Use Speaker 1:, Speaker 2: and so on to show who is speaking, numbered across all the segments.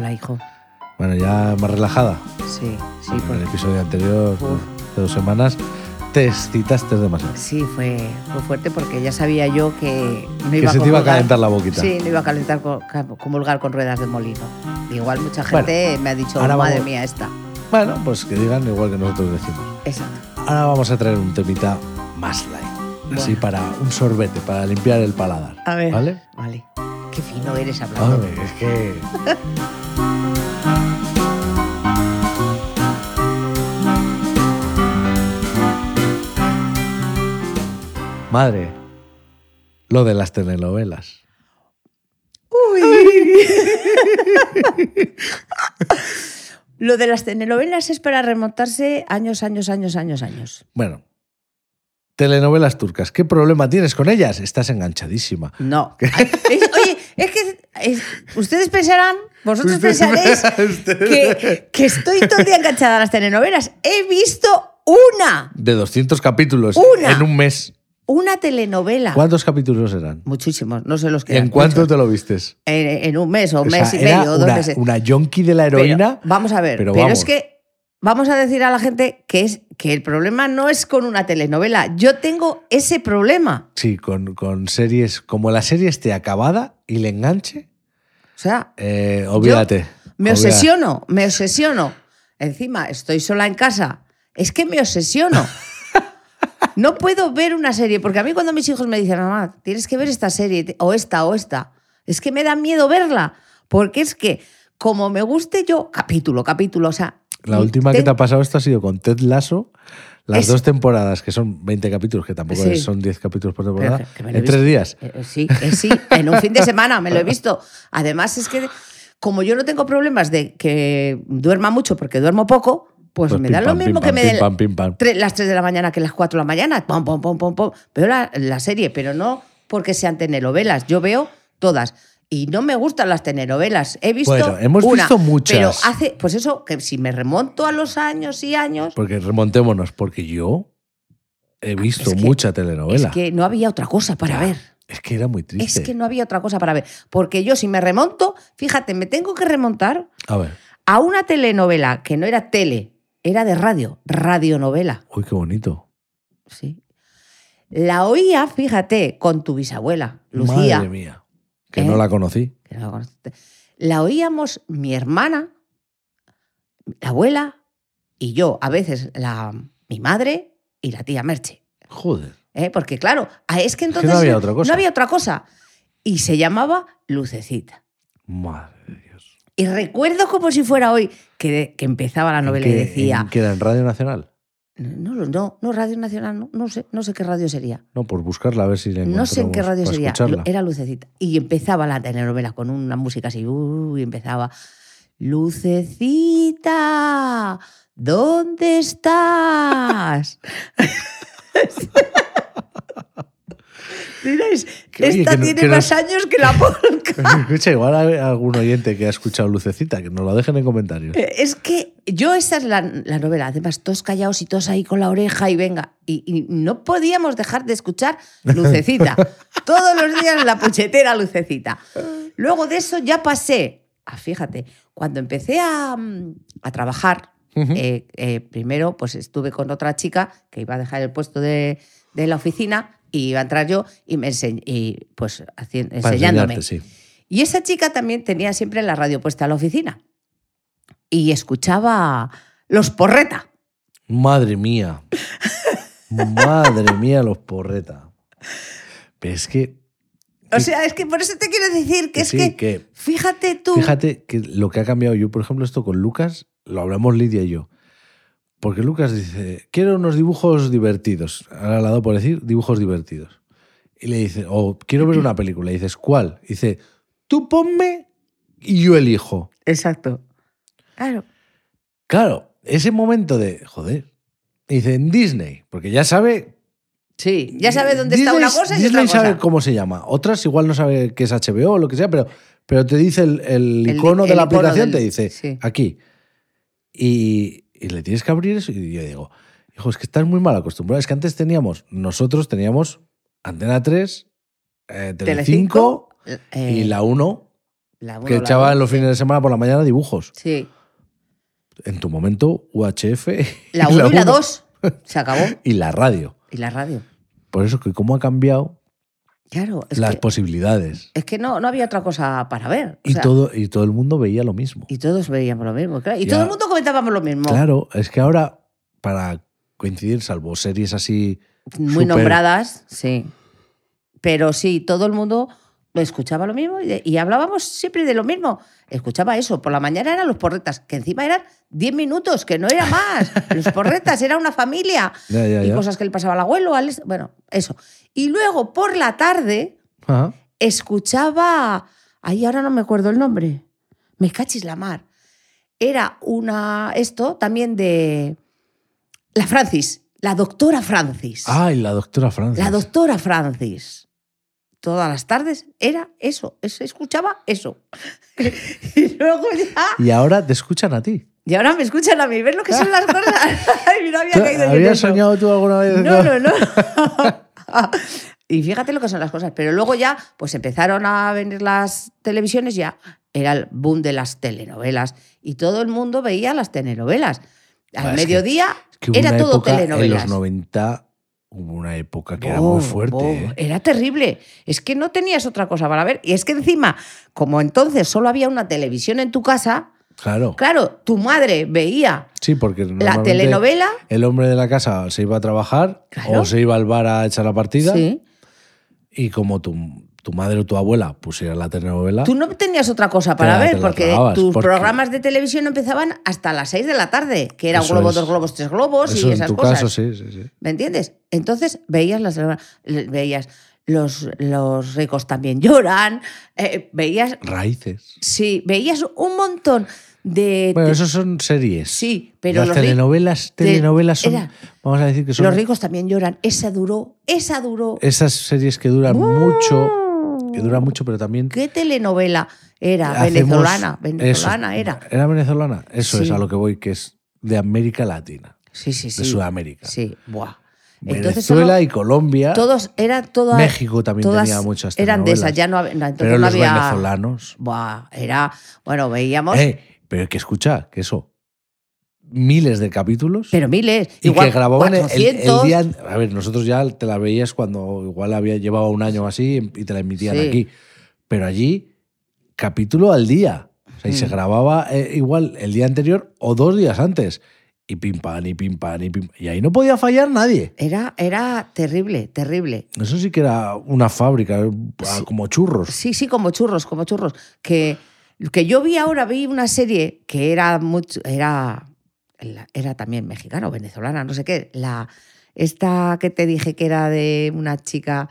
Speaker 1: ya, hijo.
Speaker 2: Bueno, ya más relajada.
Speaker 1: Sí, sí,
Speaker 2: Porque En el
Speaker 1: por-
Speaker 2: episodio anterior,
Speaker 1: Uf.
Speaker 2: de dos semanas, te excitaste demasiado.
Speaker 1: sí fue, fue fuerte porque ya sabía yo que no
Speaker 2: Que
Speaker 1: iba
Speaker 2: se te iba a
Speaker 1: comulgar-
Speaker 2: calentar la boquita.
Speaker 1: Sí, no iba a calentar co- ca- comulgar con ruedas de molino. Igual mucha
Speaker 2: Bueno,
Speaker 1: gente me ha dicho,
Speaker 2: ahora
Speaker 1: madre
Speaker 2: vamos-
Speaker 1: mía, esta.
Speaker 2: Bueno, pues que digan igual que nosotros decimos.
Speaker 1: Exacto.
Speaker 2: Ahora vamos a traer un temita más light. Así
Speaker 1: Bueno.
Speaker 2: para un sorbete, para limpiar el paladar.
Speaker 1: A ver.
Speaker 2: ¿Vale?
Speaker 1: Vale. Qué fino eres hablando.
Speaker 2: Hombre, es que. Madre, lo de las telenovelas.
Speaker 1: Lo de las telenovelas es para remontarse años, años, años, años, años.
Speaker 2: Bueno, telenovelas turcas. ¿Qué problema tienes con ellas? Estás enganchadísima.
Speaker 1: No. Ay, es- oye, es que es- ustedes pensarán, vosotros
Speaker 2: Ustedes
Speaker 1: pensaréis
Speaker 2: pensaréis.
Speaker 1: que, que estoy todo el día enganchada a las telenovelas. He visto una,
Speaker 2: De 200 capítulos
Speaker 1: Una.
Speaker 2: en un mes.
Speaker 1: una telenovela.
Speaker 2: ¿Cuántos capítulos eran?
Speaker 1: Muchísimos, no sé los que
Speaker 2: ¿En
Speaker 1: eran,
Speaker 2: cuánto
Speaker 1: muchos.
Speaker 2: te lo vistes?
Speaker 1: En, en un mes o un
Speaker 2: O sea,
Speaker 1: mes y
Speaker 2: era
Speaker 1: medio o dos
Speaker 2: una,
Speaker 1: meses.
Speaker 2: una yonki de la
Speaker 1: Pero,
Speaker 2: heroína.
Speaker 1: vamos a ver,
Speaker 2: pero
Speaker 1: pero,
Speaker 2: vamos.
Speaker 1: es que vamos a decir a la gente que, es, que el problema no es con una telenovela. Yo tengo ese problema.
Speaker 2: Sí, con, con series. Como la serie esté acabada y le enganche,
Speaker 1: O sea,
Speaker 2: eh, olvídate.
Speaker 1: me
Speaker 2: Olvídate.
Speaker 1: obsesiono, me obsesiono. Encima, estoy sola en casa. Es que me obsesiono. No puedo ver una serie, porque a mí cuando mis hijos me dicen, mamá, tienes que ver esta serie, te- o esta, o esta, es que me da miedo verla, porque es que como me guste yo, capítulo, capítulo, o sea...
Speaker 2: La última que
Speaker 1: ten-
Speaker 2: te ha pasado esto ha sido con Ted Lasso. Las
Speaker 1: Es-
Speaker 2: dos temporadas, que son 20 capítulos, que tampoco
Speaker 1: Sí.
Speaker 2: es- son 10 capítulos por
Speaker 1: Pero
Speaker 2: temporada,
Speaker 1: que- que me lo he
Speaker 2: en tres
Speaker 1: visto.
Speaker 2: días.
Speaker 1: Eh, eh, Sí, eh, sí, en un fin de semana me lo he visto. Además, es que como yo no tengo problemas de que duerma mucho porque duermo poco, pues,
Speaker 2: Pues
Speaker 1: me
Speaker 2: pim,
Speaker 1: da lo
Speaker 2: pam, pim,
Speaker 1: mismo que
Speaker 2: pam,
Speaker 1: me
Speaker 2: pim,
Speaker 1: den
Speaker 2: pam, pim, pam.
Speaker 1: tre- las 3 de la mañana que las 4 de la mañana. Pom, pom, pom, pom, pom. Veo la, la serie, pero no porque sean telenovelas. Yo veo todas. Y no me gustan las telenovelas. He visto.
Speaker 2: Bueno, hemos
Speaker 1: una,
Speaker 2: visto muchas.
Speaker 1: Pero hace. Pues eso, que si me remonto a los años y años.
Speaker 2: Porque remontémonos, porque yo he visto
Speaker 1: que-
Speaker 2: mucha telenovela.
Speaker 1: Ah, Es que no había otra cosa para
Speaker 2: Ya,
Speaker 1: ver.
Speaker 2: Es que era muy triste.
Speaker 1: Es que no había otra cosa para ver. Porque yo, si me remonto, fíjate, me tengo que remontar
Speaker 2: A ver,
Speaker 1: a una telenovela que no era tele, era de radio, radionovela.
Speaker 2: uy, qué bonito.
Speaker 1: Sí. La oía, fíjate, con tu bisabuela, Lucía.
Speaker 2: Madre mía. Que
Speaker 1: ¿Eh?
Speaker 2: no la conocí.
Speaker 1: que no la conociste. La oíamos mi hermana, la abuela y yo, a veces la, mi madre y la tía Merche.
Speaker 2: Joder.
Speaker 1: ¿eh? Porque claro, ah, es que
Speaker 2: Es que
Speaker 1: entonces
Speaker 2: no había otra cosa.
Speaker 1: no había otra cosa. Y se llamaba Lucecita.
Speaker 2: Madre de Dios.
Speaker 1: Y recuerdo como si fuera hoy que, que empezaba la
Speaker 2: ¿En
Speaker 1: novela
Speaker 2: qué-
Speaker 1: y decía,
Speaker 2: en qué era en Radio Nacional.
Speaker 1: no, lo- no, no, Radio Nacional, no, no sé, no sé qué radio sería.
Speaker 2: No, por buscarla a ver si la
Speaker 1: No sé en qué
Speaker 2: encontramos
Speaker 1: radio
Speaker 2: para
Speaker 1: sería,
Speaker 2: escucharla.
Speaker 1: era Lucecita. Y empezaba la telenovela con una música así, uh, y empezaba, Lucecita, ¿dónde estás? Miráis,
Speaker 2: Que oye,
Speaker 1: esta
Speaker 2: que no-
Speaker 1: tiene
Speaker 2: que no-
Speaker 1: más años que la polca.
Speaker 2: Escucha, igual hay algún oyente que ha escuchado Lucecita, que nos lo dejen en comentarios.
Speaker 1: Eh, Es que yo, esa es la, la novela. Además, todos callados y todos ahí con la oreja y venga. Y, y no podíamos dejar de escuchar Lucecita. todos los días la puchetera Lucecita. Luego de eso ya pasé. a, fíjate, cuando empecé a, mm, a trabajar,
Speaker 2: Ujú.
Speaker 1: eh, eh, primero pues estuve con otra chica que iba a dejar el puesto de, de la oficina y iba a entrar yo y me enseñ- y pues hacien-
Speaker 2: Para
Speaker 1: enseñándome.
Speaker 2: enseñarte, sí.
Speaker 1: Y esa chica también tenía siempre la radio puesta a la oficina. Y escuchaba Los Porreta.
Speaker 2: Madre mía. Madre mía, los porreta. Pero es que.
Speaker 1: O
Speaker 2: Sí.
Speaker 1: sea, es que por eso te quiero decir que, es
Speaker 2: sí,
Speaker 1: que,
Speaker 2: que
Speaker 1: fíjate tú.
Speaker 2: Fíjate que lo que ha cambiado yo, por ejemplo, esto con Lucas, lo hablamos Lidia y yo. Porque Lucas dice, quiero unos dibujos divertidos. Ahora le ha dado por decir dibujos divertidos. Y le dice, o quiero ver una película. Y dices, ¿cuál? Y dice, tú ponme y yo elijo.
Speaker 1: Exacto. Claro.
Speaker 2: Claro, ese momento de, joder. Y dice, en Disney, porque ya sabe...
Speaker 1: Sí, ya sabe dónde está
Speaker 2: Disney-
Speaker 1: una cosa y
Speaker 2: Disney
Speaker 1: otra cosa.
Speaker 2: sabe cómo se llama. Otras igual no sabe que es HBO o lo que sea, pero, pero te dice el, el
Speaker 1: El-
Speaker 2: icono de
Speaker 1: el
Speaker 2: la
Speaker 1: icono
Speaker 2: aplicación,
Speaker 1: del-
Speaker 2: te dice,
Speaker 1: sí.
Speaker 2: aquí. Y, y le tienes que abrir eso. Y yo digo, hijo, es que estás muy mal acostumbrado. Es que antes teníamos, nosotros teníamos Antena 3, eh, Telecinco
Speaker 1: Telecinco, eh,
Speaker 2: y la 1.
Speaker 1: La uno,
Speaker 2: que
Speaker 1: la
Speaker 2: echaba en los
Speaker 1: doce.
Speaker 2: fines de semana por la mañana dibujos.
Speaker 1: Sí.
Speaker 2: En tu momento, UHF.
Speaker 1: La 1 y la
Speaker 2: uno.
Speaker 1: 2. Se acabó.
Speaker 2: Y la radio.
Speaker 1: Y la radio.
Speaker 2: Por eso que cómo ha cambiado
Speaker 1: Claro. Es,
Speaker 2: las
Speaker 1: que,
Speaker 2: posibilidades.
Speaker 1: es que no, no había otra cosa para ver. O
Speaker 2: y,
Speaker 1: sea,
Speaker 2: todo, y todo el mundo veía lo mismo.
Speaker 1: y todos veíamos lo mismo. claro. Y
Speaker 2: Ya.
Speaker 1: todo el mundo comentábamos lo mismo.
Speaker 2: Claro, es que ahora, para coincidir, salvo series así,
Speaker 1: Muy
Speaker 2: súper-
Speaker 1: nombradas, sí. Pero sí, todo el mundo lo escuchaba lo mismo y, de- y hablábamos siempre de lo mismo. Escuchaba eso. Por la mañana eran los porretas, que encima eran 10 minutos, que no era más. Los porretas, era una familia.
Speaker 2: Ya, ya,
Speaker 1: y
Speaker 2: ya.
Speaker 1: cosas que le pasaba al abuelo, al es- bueno, eso. Y luego por la tarde
Speaker 2: Ajá.
Speaker 1: escuchaba, ahí ahora no me acuerdo el nombre, me cachis la mar. Era una, esto también de la Francis, la doctora Francis.
Speaker 2: Ah, y la doctora Francia.
Speaker 1: la doctora Francis. Todas las tardes era eso, se escuchaba eso. y luego ya...
Speaker 2: Y ahora te escuchan a ti.
Speaker 1: Y ahora me escuchan a mí, ¿ves lo que son las cosas? Ay, no había
Speaker 2: ¿Tú-
Speaker 1: caído yo en
Speaker 2: ¿Habías
Speaker 1: eso.
Speaker 2: soñado tú alguna vez?
Speaker 1: No, no, no. y fíjate lo que son las cosas. Pero luego ya, pues empezaron a venir las televisiones, ya era el boom de las telenovelas. Y todo el mundo veía las telenovelas. Al
Speaker 2: Ah, es que-
Speaker 1: mediodía
Speaker 2: Es que hubo
Speaker 1: era
Speaker 2: una
Speaker 1: todo
Speaker 2: época,
Speaker 1: telenovelas.
Speaker 2: En los 90 hubo una época que era
Speaker 1: Bo,
Speaker 2: muy fuerte.
Speaker 1: bo,
Speaker 2: ¿eh?
Speaker 1: Era terrible. Es que no tenías otra cosa para ver. Y es que encima, como entonces solo había una televisión en tu casa,
Speaker 2: Claro.
Speaker 1: claro, tu madre veía
Speaker 2: Sí, porque
Speaker 1: la
Speaker 2: normalmente
Speaker 1: telenovela.
Speaker 2: el hombre de la casa se iba a trabajar
Speaker 1: Claro.
Speaker 2: o se iba al bar a echar la partida
Speaker 1: Sí.
Speaker 2: y como tu, tu madre o tu abuela pusiera la telenovela,
Speaker 1: Tú no tenías otra cosa para
Speaker 2: Claro, te
Speaker 1: ver,
Speaker 2: la
Speaker 1: porque
Speaker 2: tragabas,
Speaker 1: tus
Speaker 2: porque-
Speaker 1: programas de televisión empezaban hasta las 6 de la tarde, que era un
Speaker 2: Eso
Speaker 1: globo,
Speaker 2: es.
Speaker 1: dos globos, tres globos
Speaker 2: eso
Speaker 1: y
Speaker 2: en
Speaker 1: esas
Speaker 2: tu
Speaker 1: cosas.
Speaker 2: caso sí, sí, sí.
Speaker 1: ¿Me entiendes? Entonces veías las veías los, los ricos también lloran, eh, veías,
Speaker 2: Raíces.
Speaker 1: sí, veías un montón de.
Speaker 2: Bueno,
Speaker 1: de-
Speaker 2: eso son series.
Speaker 1: Eh, sí, pero
Speaker 2: Las
Speaker 1: los, ri-
Speaker 2: telenovelas,
Speaker 1: te-
Speaker 2: telenovelas son,
Speaker 1: era-
Speaker 2: vamos a decir que son
Speaker 1: los ricos también lloran. Esa duró, esa duró.
Speaker 2: esas series que duran mucho, que duran mucho, pero también
Speaker 1: ¿Qué telenovela era?
Speaker 2: hacemos-
Speaker 1: venezolana,
Speaker 2: eso.
Speaker 1: venezolana era.
Speaker 2: Era venezolana, eso
Speaker 1: Sí.
Speaker 2: es a lo que voy, que es de América Latina,
Speaker 1: Sí, sí, sí.
Speaker 2: de Sudamérica.
Speaker 1: Sí, buah. Entonces solo-
Speaker 2: Venezuela y Colombia.
Speaker 1: Todos, era toda,
Speaker 2: México también
Speaker 1: todas
Speaker 2: tenía muchas
Speaker 1: Eran de
Speaker 2: telenovelas.
Speaker 1: esas, ya no había. no, entonces
Speaker 2: pero
Speaker 1: no
Speaker 2: los
Speaker 1: había.
Speaker 2: venezolanos.
Speaker 1: Buah, era. Bueno, veíamos.
Speaker 2: Eh, pero que escucha, que eso. Miles de capítulos.
Speaker 1: pero miles.
Speaker 2: y
Speaker 1: igual
Speaker 2: que grababan el- el,
Speaker 1: 400,
Speaker 2: día. A ver, nosotros ya te la veías cuando igual había llevado un año o así y te la emitían
Speaker 1: Sí.
Speaker 2: aquí. Pero allí, capítulo al día. O sea, y se
Speaker 1: Mm.
Speaker 2: grababa eh, igual el día anterior o dos días antes. Y pim pam, y pim pam, y pim pam. Y ahí no podía fallar nadie.
Speaker 1: Era, era terrible, terrible.
Speaker 2: Eso sí que era una fábrica, eh, como churros.
Speaker 1: Sí, sí, como churros, como churros. Que, que yo vi ahora, vi una serie que era mucho, era, la- era también mexicana o venezolana, no sé qué. La, esta que te dije que era de una chica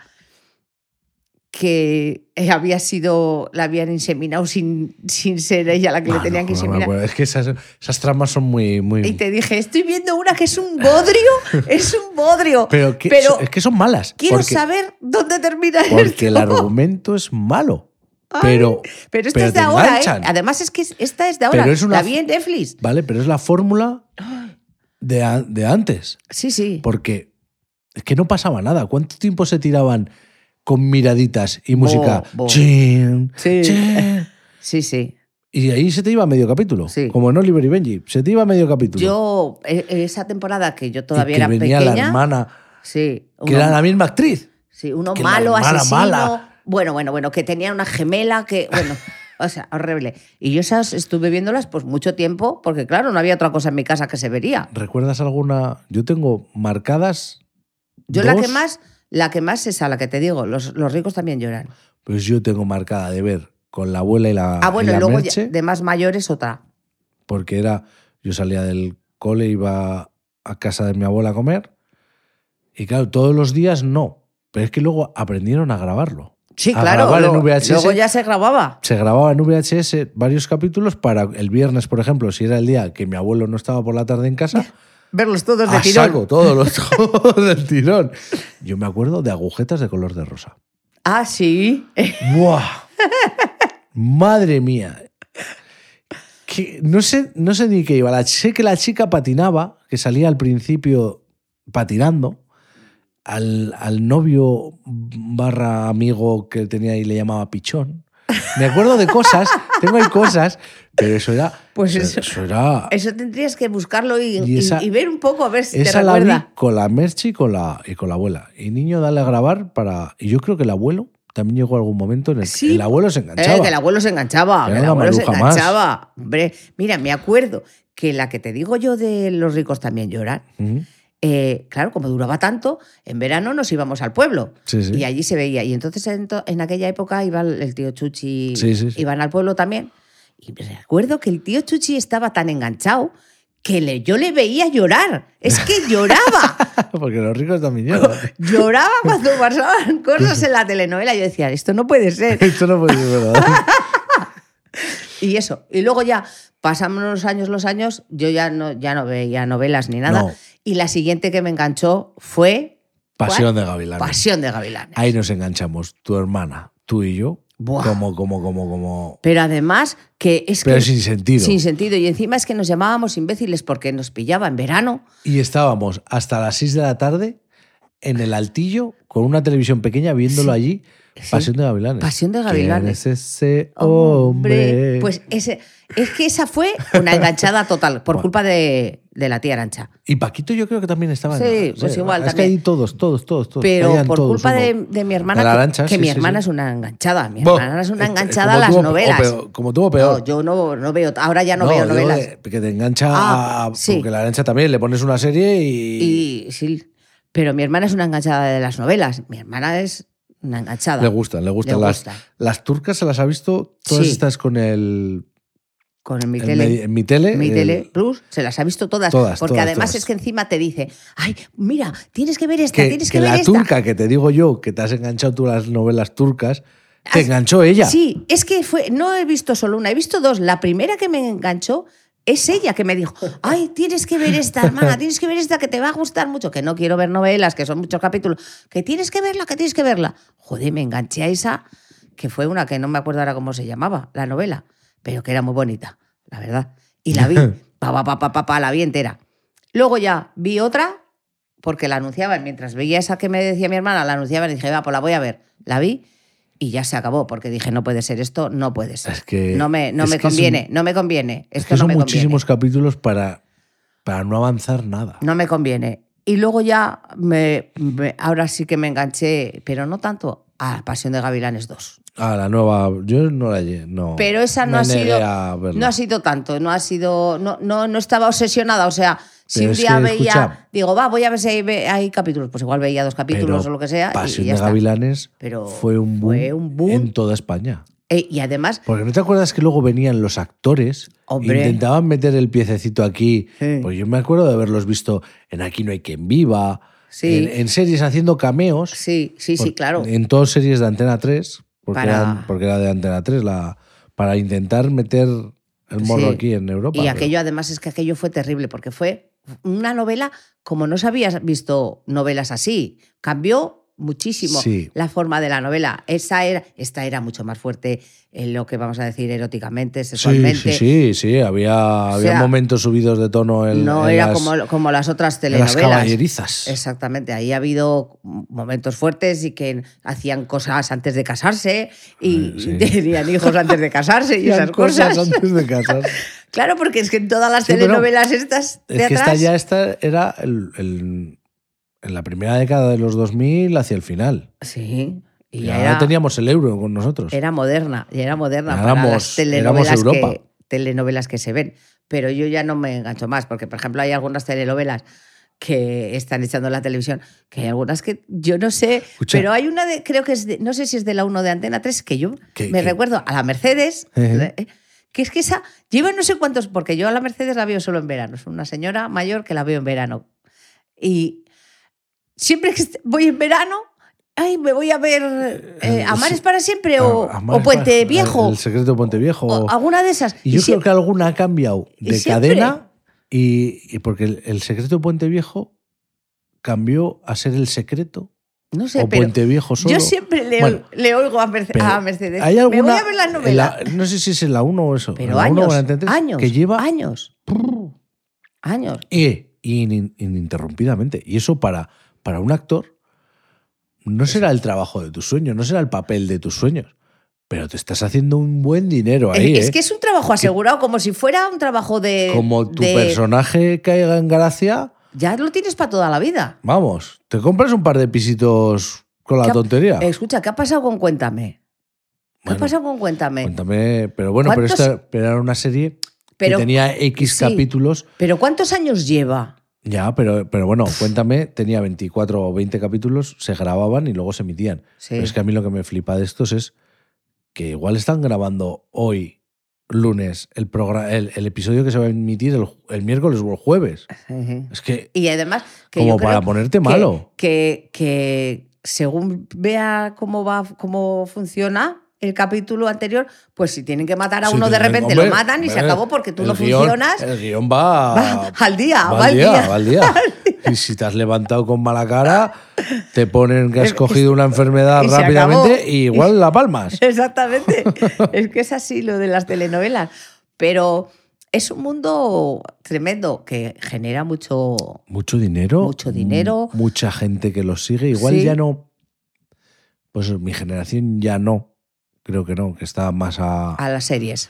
Speaker 1: que eh, había sido, la habían inseminado sin, sin ser ella la que
Speaker 2: Ah,
Speaker 1: le tenían
Speaker 2: no,
Speaker 1: que
Speaker 2: no me
Speaker 1: inseminar.
Speaker 2: acuerdo. es que esas, esas tramas son muy. muy...
Speaker 1: y te dije, estoy viendo una que es un bodrio, es un bodrio.
Speaker 2: Pero, que-
Speaker 1: pero
Speaker 2: es que son malas.
Speaker 1: Quiero
Speaker 2: porque,
Speaker 1: saber dónde termina
Speaker 2: Porque el
Speaker 1: esto.
Speaker 2: argumento es malo. Pero,
Speaker 1: Pero esta
Speaker 2: pero
Speaker 1: es
Speaker 2: te
Speaker 1: de ahora, ¿eh?
Speaker 2: enganchan.
Speaker 1: Además es que es- esta es de ahora.
Speaker 2: Pero es una-
Speaker 1: La vi en Netflix.
Speaker 2: Vale, pero es la fórmula de, a- de antes.
Speaker 1: Sí, sí.
Speaker 2: Porque es que no pasaba nada. ¿Cuánto tiempo se tiraban con miraditas y música?
Speaker 1: bo.
Speaker 2: Chin,
Speaker 1: Sí.
Speaker 2: chin?
Speaker 1: Sí, sí.
Speaker 2: Y ahí se te iba medio capítulo.
Speaker 1: Sí.
Speaker 2: Como en Oliver y Benji. Se te iba medio capítulo.
Speaker 1: Yo, e- esa temporada que yo
Speaker 2: Y
Speaker 1: todavía
Speaker 2: que
Speaker 1: era
Speaker 2: venía
Speaker 1: pequeña.
Speaker 2: la hermana,
Speaker 1: Sí.
Speaker 2: que era la misma actriz.
Speaker 1: sí, uno
Speaker 2: que la
Speaker 1: malo,
Speaker 2: hermana
Speaker 1: asesino.
Speaker 2: mala.
Speaker 1: Bueno, bueno, bueno, que tenía una gemela que. Bueno. O sea, horrible. Y yo esas estuve viéndolas pues mucho tiempo, porque claro, no había otra cosa en mi casa que se vería.
Speaker 2: ¿Recuerdas alguna? Yo tengo marcadas.
Speaker 1: Yo la
Speaker 2: dos,
Speaker 1: que más, la que más es a la que te digo, los, los ricos también lloran.
Speaker 2: Pues yo tengo marcada de ver con la abuela y la,
Speaker 1: Ah, bueno,
Speaker 2: y
Speaker 1: y
Speaker 2: la
Speaker 1: luego ya-
Speaker 2: Merche,
Speaker 1: de más mayores otra.
Speaker 2: porque era. Yo salía del cole, iba a casa de mi abuela a comer. Y claro, todos los días no. Pero es que luego aprendieron a grabarlo.
Speaker 1: Sí,
Speaker 2: A
Speaker 1: claro.
Speaker 2: grabar en
Speaker 1: luego-
Speaker 2: VHS.
Speaker 1: luego ya se grababa.
Speaker 2: Se grababa en VHS varios capítulos para el viernes, por ejemplo, si era el día que mi abuelo no estaba por la tarde en casa,
Speaker 1: verlos todos de
Speaker 2: a
Speaker 1: tirón.
Speaker 2: saco todos los todos del tirón. Yo me acuerdo de agujetas de color de rosa.
Speaker 1: Ah, sí.
Speaker 2: ¡Buah! Madre mía. Que no, sé, no sé ni qué iba. La- sé que la chica patinaba, que salía al principio patinando. Al, al novio barra amigo que tenía y le llamaba pichón. Me acuerdo de cosas Tengo ahí cosas, pero eso era.
Speaker 1: Pues
Speaker 2: eso,
Speaker 1: eso-
Speaker 2: eso era.
Speaker 1: Eso tendrías que buscarlo y,
Speaker 2: Y
Speaker 1: y-
Speaker 2: esa-
Speaker 1: y ver un poco a ver si te
Speaker 2: Esa la vi
Speaker 1: recuerda.
Speaker 2: con la Merchi y con la, y con la abuela. Y niño, dale a grabar para. Y yo creo que el abuelo también llegó a algún momento en el que
Speaker 1: Sí.
Speaker 2: el abuelo se enganchaba.
Speaker 1: Eh, que el abuelo se
Speaker 2: Era
Speaker 1: enganchaba. Que el
Speaker 2: una
Speaker 1: abuelo se
Speaker 2: maruja más.
Speaker 1: enganchaba. Hombre, mira, me acuerdo que la que te digo yo de los ricos también lloran.
Speaker 2: Ujú.
Speaker 1: eh, claro, como duraba tanto, en verano nos íbamos al pueblo.
Speaker 2: Sí, sí.
Speaker 1: Y allí se veía. Y entonces en, to- en aquella época iba el el tío Chuchi,
Speaker 2: Sí, sí, sí.
Speaker 1: iban al pueblo también. Y me recuerdo que el tío Chuchi estaba tan enganchado que le- yo le veía llorar. Es que lloraba.
Speaker 2: Porque los ricos también lloran.
Speaker 1: lloraba cuando pasaban cosas en la telenovela. Yo decía, esto no puede ser.
Speaker 2: Esto no puede ser verdad.
Speaker 1: Y eso. Y luego ya pasamos los años, los años, yo ya no, ya no veía novelas ni nada.
Speaker 2: No.
Speaker 1: Y la siguiente que me enganchó fue
Speaker 2: Pasión de Gavilanes.
Speaker 1: Pasión de Gavilanes.
Speaker 2: Ahí nos enganchamos, tu hermana, tú y yo.
Speaker 1: Buah.
Speaker 2: Como, como, como, como.
Speaker 1: Pero además que es
Speaker 2: Pero
Speaker 1: que...
Speaker 2: sin sentido.
Speaker 1: Sin sentido. Y encima es que nos llamábamos imbéciles porque nos pillaba en verano.
Speaker 2: Y estábamos hasta las 6 de la tarde en el altillo con una televisión pequeña viéndolo allí. Pasión de Gavilanes.
Speaker 1: Pasión de
Speaker 2: ¿Quién
Speaker 1: Gavilanes.
Speaker 2: es ese hombre?
Speaker 1: Pues ese, es que esa fue una enganchada total por
Speaker 2: Bueno.
Speaker 1: culpa de, de la tía Arancha.
Speaker 2: Y Paquito yo creo que también estaba en-
Speaker 1: Sí, pues igual,
Speaker 2: Es
Speaker 1: también.
Speaker 2: que ahí todos, todos, todos, todos.
Speaker 1: Pero
Speaker 2: caían
Speaker 1: por
Speaker 2: todos,
Speaker 1: culpa
Speaker 2: uno.
Speaker 1: de, de mi hermana,
Speaker 2: De la
Speaker 1: que-
Speaker 2: Arancha,
Speaker 1: que,
Speaker 2: sí,
Speaker 1: mi
Speaker 2: sí,
Speaker 1: hermana
Speaker 2: sí.
Speaker 1: es una enganchada. Mi
Speaker 2: Buah,
Speaker 1: hermana es una
Speaker 2: eh,
Speaker 1: enganchada a
Speaker 2: como
Speaker 1: las
Speaker 2: tuvo- o
Speaker 1: novelas.
Speaker 2: peor- como tuvo peor.
Speaker 1: No, yo no, no veo, ahora ya no, veo
Speaker 2: digo
Speaker 1: novelas.
Speaker 2: de- eh, que te engancha
Speaker 1: Ah,
Speaker 2: a-
Speaker 1: sí.
Speaker 2: Porque la engancha también, le pones una serie y,
Speaker 1: Y sí, pero mi hermana es una enganchada de las novelas. Mi hermana es una enganchada.
Speaker 2: le gustan, le gustan.
Speaker 1: Le
Speaker 2: las,
Speaker 1: gusta.
Speaker 2: las turcas se las ha visto todas
Speaker 1: Sí.
Speaker 2: estas con el...
Speaker 1: Con mi
Speaker 2: el
Speaker 1: tele.
Speaker 2: me- mi tele.
Speaker 1: Mi
Speaker 2: el-
Speaker 1: Tele Plus se las ha visto todas.
Speaker 2: Todas,
Speaker 1: porque
Speaker 2: todas,
Speaker 1: además
Speaker 2: todas.
Speaker 1: es que encima te dice, ay, mira, tienes que ver esta,
Speaker 2: que,
Speaker 1: tienes que,
Speaker 2: que
Speaker 1: ver
Speaker 2: la
Speaker 1: esta.
Speaker 2: turca que te digo yo, que te has enganchado tú a las novelas turcas, te
Speaker 1: Has-
Speaker 2: enganchó ella.
Speaker 1: Sí, es que fue, no he visto solo una, he visto dos. La primera que me enganchó es ella que me dijo, ay, tienes que ver esta, hermana, tienes que ver esta que te va a gustar mucho, que no quiero ver novelas, que son muchos capítulos, que tienes que verla, que tienes que verla. Joder, me enganché a esa, que fue una que no me acuerdo ahora cómo se llamaba, la novela, pero que era muy bonita, la verdad. Y la vi, pa, pa, pa, pa, pa, pa, la vi entera. Luego ya vi otra, porque la anunciaban, mientras veía esa que me decía mi hermana, la anunciaban y dije, va, pues la voy a ver. La vi y ya se acabó, porque dije, no puede ser esto, no puede ser.
Speaker 2: Es que-
Speaker 1: no me, no
Speaker 2: es
Speaker 1: me
Speaker 2: que es un-
Speaker 1: conviene, no me conviene.
Speaker 2: Es
Speaker 1: Esto
Speaker 2: que
Speaker 1: no
Speaker 2: son
Speaker 1: me
Speaker 2: muchísimos capítulos para, para no avanzar nada.
Speaker 1: conviene. No me conviene. Y luego ya, me, me- ahora sí que me enganché, pero no tanto, a Pasión de Gavilanes 2.
Speaker 2: Ah, la nueva. Yo no la lle- no.
Speaker 1: Pero esa no
Speaker 2: Me
Speaker 1: ha
Speaker 2: negué
Speaker 1: sido-
Speaker 2: a verla.
Speaker 1: No ha sido tanto, no ha sido, no, no, no estaba obsesionada. O sea, si
Speaker 2: Pero
Speaker 1: un
Speaker 2: es
Speaker 1: día
Speaker 2: que,
Speaker 1: veía,
Speaker 2: escucha.
Speaker 1: digo, va, voy a ver si hay, ve- hay capítulos, pues igual veía dos capítulos
Speaker 2: Pero
Speaker 1: o lo que sea. y-
Speaker 2: Pasión
Speaker 1: y ya
Speaker 2: de
Speaker 1: está.
Speaker 2: Gavilanes
Speaker 1: Pero
Speaker 2: fue, un boom
Speaker 1: fue un boom.
Speaker 2: en toda España.
Speaker 1: Eh, y además,
Speaker 2: Porque no te acuerdas que luego venían los actores,
Speaker 1: Hombre.
Speaker 2: intentaban meter el piececito aquí.
Speaker 1: Sí.
Speaker 2: Pues yo me acuerdo de haberlos visto en Aquí no hay quien viva,
Speaker 1: Sí.
Speaker 2: en, en series haciendo cameos.
Speaker 1: sí, sí, sí,
Speaker 2: Por-
Speaker 1: claro.
Speaker 2: En todas series de Antena 3, porque,
Speaker 1: Para-
Speaker 2: eran- porque era de Antena 3, la, para intentar meter el morro
Speaker 1: Sí.
Speaker 2: aquí en Europa.
Speaker 1: Y
Speaker 2: pero-
Speaker 1: aquello, además, es que aquello fue terrible, porque fue una novela, como no se había visto novelas así, cambió muchísimo
Speaker 2: Sí.
Speaker 1: la forma de la novela. Esa era, esta era mucho más fuerte en lo que vamos a decir eróticamente,
Speaker 2: Sí,
Speaker 1: sexualmente.
Speaker 2: sí, sí, sí, había, había
Speaker 1: sea,
Speaker 2: momentos subidos de tono en,
Speaker 1: no
Speaker 2: en
Speaker 1: era
Speaker 2: las,
Speaker 1: como, como las otras
Speaker 2: en las
Speaker 1: telenovelas.
Speaker 2: caballerizas.
Speaker 1: Exactamente, ahí ha habido momentos fuertes y que hacían cosas antes de casarse y
Speaker 2: Sí, sí.
Speaker 1: tenían hijos antes de casarse y
Speaker 2: Hacían
Speaker 1: esas cosas.
Speaker 2: antes de casarse.
Speaker 1: Claro, porque es que en todas las
Speaker 2: Sí, pero no.
Speaker 1: telenovelas estas de
Speaker 2: es que esta
Speaker 1: atrás-
Speaker 2: ya esta era el- el- en la primera década de los 2000 hacia el final.
Speaker 1: Sí, y
Speaker 2: ya
Speaker 1: era,
Speaker 2: teníamos el euro con nosotros.
Speaker 1: era moderna, y era moderna para
Speaker 2: Éramos-
Speaker 1: las telenovelas
Speaker 2: éramos Europa.
Speaker 1: que, telenovelas que se ven. Pero yo ya no me engancho más, porque por ejemplo hay algunas telenovelas que están echando en la televisión, que hay algunas que yo no sé,
Speaker 2: Escucha.
Speaker 1: pero hay una de, creo que es, de- no sé si es de la 1 de Antena 3, que yo
Speaker 2: Que-
Speaker 1: me
Speaker 2: que-
Speaker 1: recuerdo a la Mercedes,
Speaker 2: Ejé.
Speaker 1: eh, que es que esa lleva no sé cuántos, porque yo a la Mercedes la veo solo en verano, es una señora mayor que la veo en verano. Y siempre que est- voy en verano, ay, me voy a ver eh,
Speaker 2: Eh,
Speaker 1: Amar
Speaker 2: sí.
Speaker 1: es para siempre o,
Speaker 2: Ah, Amar
Speaker 1: o
Speaker 2: es
Speaker 1: Puente
Speaker 2: más-
Speaker 1: Viejo
Speaker 2: El secreto de Puente Viejo.
Speaker 1: o alguna de esas.
Speaker 2: y yo
Speaker 1: Y
Speaker 2: creo
Speaker 1: sie-
Speaker 2: que alguna ha cambiado
Speaker 1: y
Speaker 2: de
Speaker 1: siempre-
Speaker 2: cadena y, y porque el, el secreto de Puente Viejo cambió a ser el secreto
Speaker 1: no sé,
Speaker 2: o
Speaker 1: pero
Speaker 2: Puente Viejo solo.
Speaker 1: yo siempre le,
Speaker 2: Bueno,
Speaker 1: le oigo a, Merce-
Speaker 2: pero
Speaker 1: a Mercedes.
Speaker 2: ¿Hay alguna,
Speaker 1: me voy a ver la
Speaker 2: en
Speaker 1: novela.
Speaker 2: la- no sé si es en la 1 o eso. en
Speaker 1: pero
Speaker 2: la 1 o
Speaker 1: años,
Speaker 2: en la 33,
Speaker 1: años,
Speaker 2: que lleva
Speaker 1: años, años.
Speaker 2: eh, in- ininterrumpidamente. Y eso para, para un actor no será el trabajo de tus sueños, no será el papel de tus sueños, Pero te estás haciendo un buen dinero ahí.
Speaker 1: es, es
Speaker 2: ¿eh?
Speaker 1: que es un trabajo asegurado, como si fuera un trabajo de.
Speaker 2: Como tu
Speaker 1: de-
Speaker 2: personaje caiga en gracia,
Speaker 1: Ya lo tienes para toda la vida.
Speaker 2: vamos, te compras un par de pisitos con la
Speaker 1: ¿Qué ha-
Speaker 2: tontería.
Speaker 1: Escucha, ¿qué ha pasado con Cuéntame? ¿Qué
Speaker 2: Bueno,
Speaker 1: ha pasado con Cuéntame?
Speaker 2: Cuéntame, pero bueno, pero,
Speaker 1: ¿Cuántos-
Speaker 2: esta, pero era una serie
Speaker 1: Pero-
Speaker 2: que tenía X
Speaker 1: sí.
Speaker 2: capítulos.
Speaker 1: ¿Pero cuántos años lleva?
Speaker 2: Ya, pero, pero bueno, cuéntame, tenía 24 o 20 capítulos, se grababan y luego se emitían.
Speaker 1: Sí.
Speaker 2: Pero es que a mí lo que me flipa de estos es que igual están grabando hoy, lunes, el, progra- el, el episodio que se va a emitir el, ju- el miércoles o el jueves.
Speaker 1: Ujú.
Speaker 2: Es que,
Speaker 1: Y además, que
Speaker 2: como
Speaker 1: yo creo
Speaker 2: para ponerte
Speaker 1: que-
Speaker 2: malo.
Speaker 1: Que, que según vea cómo va, cómo funciona el capítulo anterior, pues si tienen que matar a
Speaker 2: Sí,
Speaker 1: uno de
Speaker 2: tendrán-
Speaker 1: repente,
Speaker 2: hombre,
Speaker 1: lo matan y se
Speaker 2: hombre,
Speaker 1: acabó porque tú
Speaker 2: el
Speaker 1: no
Speaker 2: guión-
Speaker 1: funcionas.
Speaker 2: El guión va,
Speaker 1: Va al día,
Speaker 2: va
Speaker 1: va al día.
Speaker 2: va al día. Y si te has levantado con mala cara, te ponen que has cogido una enfermedad
Speaker 1: y se
Speaker 2: rápidamente
Speaker 1: acabó.
Speaker 2: y igual la palmas.
Speaker 1: Exactamente. es que es así lo de las telenovelas. Pero es un mundo tremendo que genera mucho.
Speaker 2: Mucho dinero.
Speaker 1: Mucho dinero.
Speaker 2: mu- Mucha gente que los sigue. Igual
Speaker 1: Sí.
Speaker 2: ya no. Pues mi generación ya no. Creo que no, que está más a.
Speaker 1: a las series.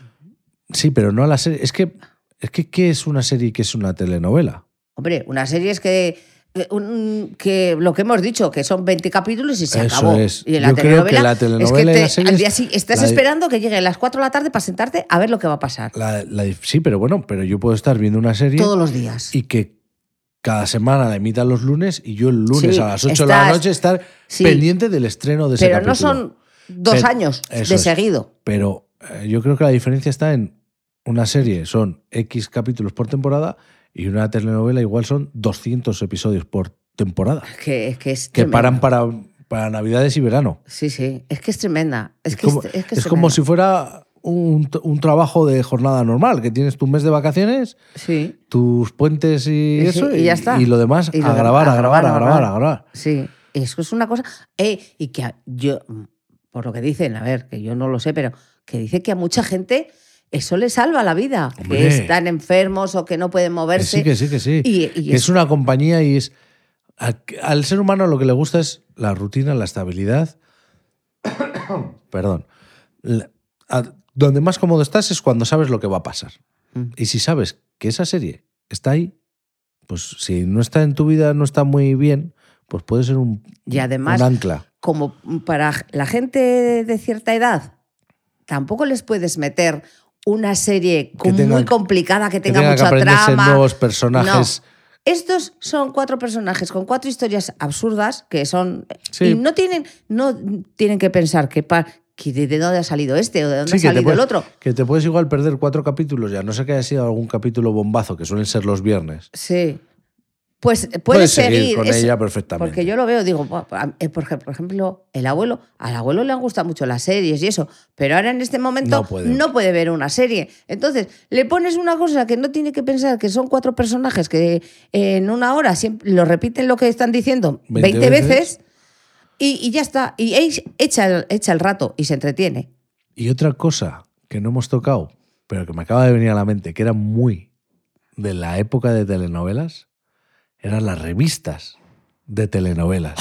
Speaker 2: Sí, pero no a la serie. Es que, es que, ¿qué es una serie y qué es una telenovela?
Speaker 1: Hombre, una serie es que, que un- que lo que hemos dicho, que son 20 capítulos y se
Speaker 2: Eso
Speaker 1: acabó.
Speaker 2: es.
Speaker 1: Y en
Speaker 2: Yo creo que la telenovela y las series-
Speaker 1: al día sí- estás
Speaker 2: la-
Speaker 1: esperando que llegue a las 4 de la tarde para sentarte a ver lo que va a pasar.
Speaker 2: La- la dif- sí, pero bueno, pero yo puedo estar viendo una serie
Speaker 1: Todos los días.
Speaker 2: y que cada semana la emitan los lunes y yo el lunes
Speaker 1: Sí,
Speaker 2: a las 8 de la
Speaker 1: estás-
Speaker 2: noche estar
Speaker 1: sí.
Speaker 2: pendiente del estreno de ese
Speaker 1: Pero no
Speaker 2: capítulo.
Speaker 1: son dos
Speaker 2: Pero-
Speaker 1: años
Speaker 2: eso
Speaker 1: de
Speaker 2: es.
Speaker 1: seguido.
Speaker 2: Pero eh, yo creo que la diferencia está en una serie son X capítulos por temporada y una telenovela igual son 200 episodios por temporada.
Speaker 1: Es que, es que es
Speaker 2: Que
Speaker 1: tremenda.
Speaker 2: paran para, para Navidades y verano.
Speaker 1: Sí, sí. Es que es tremenda. Es, que
Speaker 2: como,
Speaker 1: es, es que
Speaker 2: es como
Speaker 1: tremenda.
Speaker 2: si fuera un, t- un trabajo de jornada normal, que tienes tu mes de vacaciones,
Speaker 1: Sí,
Speaker 2: tus puentes y
Speaker 1: Y sí,
Speaker 2: eso,
Speaker 1: y ya está.
Speaker 2: y lo demás
Speaker 1: Y lo
Speaker 2: a,
Speaker 1: demás,
Speaker 2: grabar, a grabar, a grabar, a grabar,
Speaker 1: sí. Eso es una cosa. Eh, y que a- yo, mm, por lo que dicen, a ver, que yo no lo sé, pero que dice que a mucha gente eso le salva la vida.
Speaker 2: Hombre.
Speaker 1: Que están enfermos o que no pueden
Speaker 2: Que
Speaker 1: moverse.
Speaker 2: sí, que sí, que sí.
Speaker 1: Y- y
Speaker 2: Que
Speaker 1: es-
Speaker 2: es una compañía y es. a- al ser humano lo que le gusta es la rutina, la estabilidad. Perdón. La- a- donde más cómodo estás es cuando sabes lo que va a pasar.
Speaker 1: Mm.
Speaker 2: Y si sabes que esa serie está ahí, pues si no está en tu vida, no está muy bien, pues puede ser un,
Speaker 1: Y además-
Speaker 2: un ancla.
Speaker 1: como para la gente de cierta edad, tampoco les puedes meter una serie com-
Speaker 2: tenga-
Speaker 1: muy complicada que
Speaker 2: Que
Speaker 1: tenga,
Speaker 2: tenga que
Speaker 1: mucha
Speaker 2: aprenderse
Speaker 1: trama.
Speaker 2: nuevos personajes.
Speaker 1: No. Estos son cuatro personajes con cuatro historias absurdas que son
Speaker 2: Sí.
Speaker 1: y no tienen no tienen que pensar que, pa- que de de dónde ha salido este o de dónde
Speaker 2: Sí,
Speaker 1: ha salido
Speaker 2: puedes,
Speaker 1: el otro.
Speaker 2: que te puedes igual perder cuatro capítulos, ya no sé que haya sido algún capítulo bombazo, que suelen ser los viernes.
Speaker 1: Sí. Pues puedes,
Speaker 2: Puedes seguir
Speaker 1: seguir,
Speaker 2: con
Speaker 1: es-
Speaker 2: ella perfectamente.
Speaker 1: Porque yo lo veo, digo, "Buah, a- eh, por ej- por ejemplo, el abuelo, al abuelo le han gustado mucho las series y eso, pero ahora en este momento
Speaker 2: No puede.
Speaker 1: ver una serie. Entonces, le pones una cosa que no tiene que pensar, que son cuatro personajes que eh, en una hora siempre lo repiten lo que están diciendo
Speaker 2: 20
Speaker 1: 20,
Speaker 2: veces.
Speaker 1: veces, y, y ya está. Y ahí echa el, echa el rato y se entretiene.
Speaker 2: Y otra cosa que no hemos tocado, pero que me acaba de venir a la mente, que era muy de la época de telenovelas, eran las revistas de telenovelas.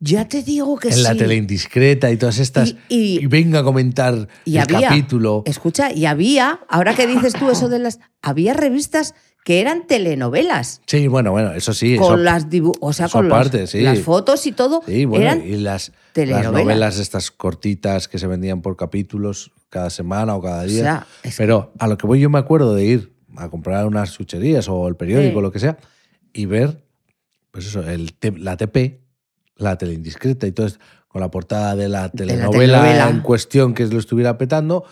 Speaker 1: Ya te digo Ah, que
Speaker 2: en
Speaker 1: sí.
Speaker 2: la tele indiscreta y todas estas.
Speaker 1: Y- y-
Speaker 2: venga a comentar
Speaker 1: Y
Speaker 2: el
Speaker 1: había,
Speaker 2: capítulo.
Speaker 1: Escucha, y había, ahora que dices tú eso de las. Había revistas que eran telenovelas.
Speaker 2: Sí, bueno, bueno, eso sí.
Speaker 1: con
Speaker 2: eso-
Speaker 1: las dibu- o sea,
Speaker 2: eso
Speaker 1: con los-
Speaker 2: aparte, sí.
Speaker 1: las fotos y todo.
Speaker 2: sí, bueno,
Speaker 1: eran-
Speaker 2: y las, las
Speaker 1: telenovelas.
Speaker 2: novelas estas cortitas que se vendían por capítulos cada semana o cada
Speaker 1: o
Speaker 2: día.
Speaker 1: sea, es-
Speaker 2: Pero a lo que voy yo me acuerdo de ir a comprar unas chucherías o el periódico,
Speaker 1: Sí.
Speaker 2: lo que sea, y ver, pues eso, el te- la TP, la tele indiscreta y todo esto, con la portada de la
Speaker 1: De la
Speaker 2: telenovela,
Speaker 1: telenovela.
Speaker 2: en cuestión que lo estuviera petando,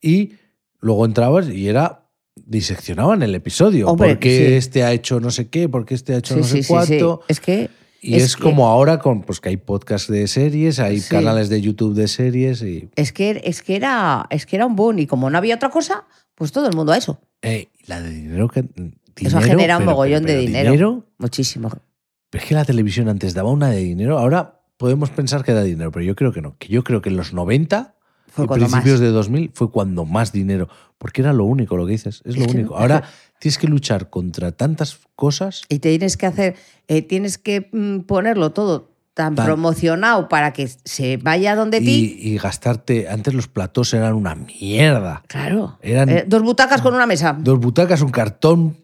Speaker 2: y luego entrabas y era diseccionaban el episodio,
Speaker 1: Hombre,
Speaker 2: porque
Speaker 1: sí.
Speaker 2: este ha hecho no sé qué, porque este ha hecho
Speaker 1: sí,
Speaker 2: no
Speaker 1: sí,
Speaker 2: sé
Speaker 1: sí, sí.
Speaker 2: cuánto.
Speaker 1: Es que
Speaker 2: Y es,
Speaker 1: Es que-
Speaker 2: como ahora con pues que hay podcasts de series, hay
Speaker 1: Sí.
Speaker 2: canales de YouTube de series y
Speaker 1: es que es que era es que era un boom y como no había otra cosa, pues todo el mundo a eso.
Speaker 2: Ey, la de dinero que. mm, Dinero,
Speaker 1: eso genera un
Speaker 2: pero-
Speaker 1: mogollón
Speaker 2: pero-
Speaker 1: de
Speaker 2: pero
Speaker 1: dinero. Muchísimo.
Speaker 2: pero es que la televisión antes daba una de dinero, ahora podemos pensar que da dinero, pero yo creo que no. Que yo creo que en los 90
Speaker 1: Fue
Speaker 2: y
Speaker 1: cuando más.
Speaker 2: principios de 2000 fue cuando más dinero. Porque era lo único lo que dices, es lo
Speaker 1: Es que
Speaker 2: único.
Speaker 1: no-
Speaker 2: Ahora tienes que luchar contra tantas cosas.
Speaker 1: Y te tienes que hacer, eh, tienes que mm, ponerlo todo tan,
Speaker 2: Tan.
Speaker 1: promocionado para que se vaya donde ti.
Speaker 2: Y, y gastarte. Antes los platós eran una mierda.
Speaker 1: Claro.
Speaker 2: Eran
Speaker 1: Eh, mm. dos butacas con una mesa.
Speaker 2: dos butacas, un cartón.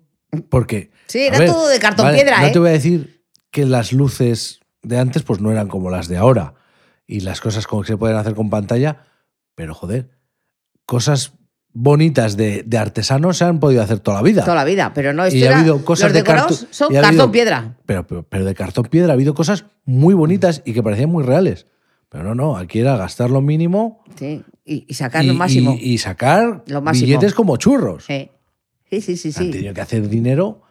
Speaker 2: Porque.
Speaker 1: Sí,
Speaker 2: a
Speaker 1: era todo de cartón
Speaker 2: vale,
Speaker 1: piedra,
Speaker 2: No
Speaker 1: ¿eh?
Speaker 2: te voy a decir que las luces de antes pues no eran como las de ahora. Y las cosas como que se pueden hacer con pantalla. Pero joder, cosas bonitas de, de artesanos se han podido hacer toda la vida.
Speaker 1: Toda la vida. Pero no, esto
Speaker 2: Y ha
Speaker 1: era-
Speaker 2: habido cosas
Speaker 1: los
Speaker 2: de
Speaker 1: decorados
Speaker 2: cartón-
Speaker 1: son
Speaker 2: y ha
Speaker 1: cartón
Speaker 2: habido-
Speaker 1: piedra.
Speaker 2: Pero, pero, pero de cartón piedra ha habido cosas muy bonitas y que parecían muy reales. Pero no, no, aquí era gastar lo mínimo
Speaker 1: Sí. Y, y sacar
Speaker 2: y,
Speaker 1: lo máximo.
Speaker 2: y- y sacar
Speaker 1: Lo máximo.
Speaker 2: billetes como churros.
Speaker 1: Eh. Sí, sí, sí,
Speaker 2: Han
Speaker 1: sí.
Speaker 2: tenido que hacer dinero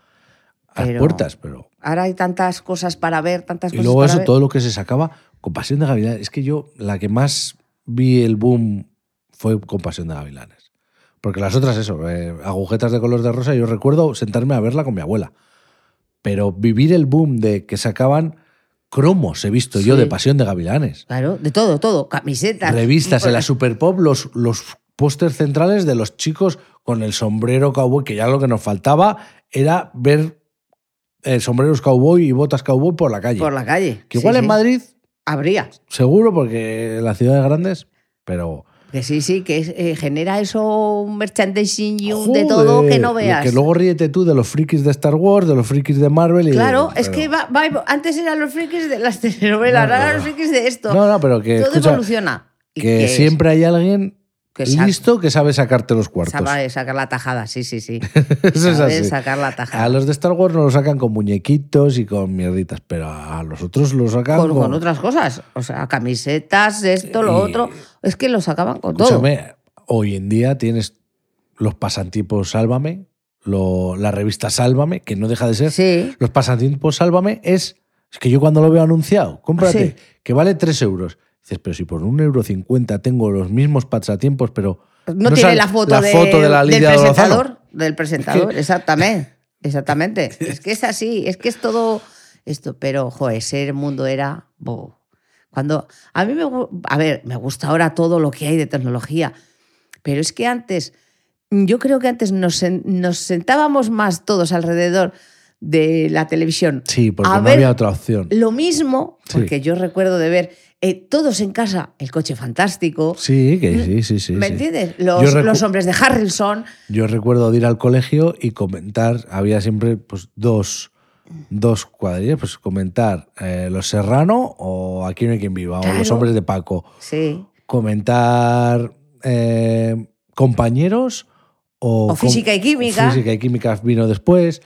Speaker 2: a
Speaker 1: Pero-
Speaker 2: puertas, pero...
Speaker 1: Ahora hay tantas cosas para ver, tantas
Speaker 2: Y
Speaker 1: cosas
Speaker 2: luego
Speaker 1: para
Speaker 2: eso,
Speaker 1: ver.
Speaker 2: todo lo que se sacaba con Pasión de Gavilanes. Es que yo, la que más vi el boom fue con Pasión de Gavilanes. Porque las otras, eso, eh, agujetas de color de rosa, yo recuerdo sentarme a verla con mi abuela. Pero vivir el boom de que sacaban cromos, he visto yo,
Speaker 1: Sí.
Speaker 2: de Pasión de Gavilanes.
Speaker 1: Claro, de todo, todo. Camisetas.
Speaker 2: Revistas, en la
Speaker 1: Pues,
Speaker 2: Superpop, los, los pósters centrales de los chicos con el sombrero cowboy, que ya lo que nos faltaba era ver eh, sombreros cowboy y botas cowboy por la calle.
Speaker 1: Por la calle.
Speaker 2: Que
Speaker 1: Sí,
Speaker 2: igual en
Speaker 1: sí.
Speaker 2: Madrid,
Speaker 1: Habría.
Speaker 2: seguro, porque las ciudades grandes, pero.
Speaker 1: Que sí, sí, que es, eh, genera eso un merchandising y un de todo que no
Speaker 2: Joder,
Speaker 1: veas.
Speaker 2: Que luego ríete tú de los frikis de Star Wars, de los frikis de Marvel. Y
Speaker 1: Claro,
Speaker 2: de-
Speaker 1: es
Speaker 2: pero-
Speaker 1: que va- va- antes eran los frikis de las telenovelas,
Speaker 2: No,
Speaker 1: ahora
Speaker 2: no.
Speaker 1: los frikis de esto.
Speaker 2: No, no, pero que.
Speaker 1: todo
Speaker 2: escucha,
Speaker 1: evoluciona. Y
Speaker 2: que siempre hay alguien
Speaker 1: que sa-
Speaker 2: listo que sabe sacarte los cuartos.
Speaker 1: sabe sacar la tajada, sí, sí, sí.
Speaker 2: Eso es
Speaker 1: Sabe
Speaker 2: así.
Speaker 1: sacar la tajada.
Speaker 2: A los de Star Wars no los sacan con muñequitos y con mierditas, pero a los otros los sacan
Speaker 1: con, con otras cosas. O sea, camisetas, esto, lo
Speaker 2: Y-
Speaker 1: otro. Es que lo sacaban con todo.
Speaker 2: Escúchame, hoy en día tienes los pasantipos Sálvame, lo- la revista Sálvame, que no deja de ser
Speaker 1: Sí,
Speaker 2: Los pasatiempos Sálvame es, es que yo cuando lo veo anunciado, cómprate,
Speaker 1: Sí.
Speaker 2: que vale 3 euros. Dices, pero si por un euro cincuenta tengo los mismos pasatiempos, pero...
Speaker 1: no,
Speaker 2: no
Speaker 1: tiene
Speaker 2: sale
Speaker 1: la foto,
Speaker 2: la
Speaker 1: de-
Speaker 2: foto de la
Speaker 1: del
Speaker 2: Lidia Lozano.
Speaker 1: presentador. Del presentador, exactamente. Exactamente. Es que es así, es que es todo esto. Pero, joder, ese mundo era. bo. Cuando. A mí me. gu- A ver, me gusta ahora todo lo que hay de tecnología. Pero es que antes. Yo creo que antes nos, sen- nos sentábamos más todos alrededor de la televisión.
Speaker 2: Sí, porque
Speaker 1: A
Speaker 2: no
Speaker 1: ver,
Speaker 2: había otra opción.
Speaker 1: Lo mismo,
Speaker 2: Sí.
Speaker 1: porque yo recuerdo de ver eh, todos en casa, el coche fantástico.
Speaker 2: Sí, que sí, sí, sí.
Speaker 1: ¿Me
Speaker 2: sí.
Speaker 1: entiendes? Los,
Speaker 2: Yo recu-
Speaker 1: los hombres de Harrison.
Speaker 2: Yo recuerdo de ir al colegio y comentar, había siempre pues, dos, dos cuadrillas, pues comentar eh, Los Serrano o Aquí no hay quien viva, o Los
Speaker 1: Claro.
Speaker 2: Hombres de Paco.
Speaker 1: Sí.
Speaker 2: comentar eh, compañeros o,
Speaker 1: O física y química.
Speaker 2: Física y química vino después.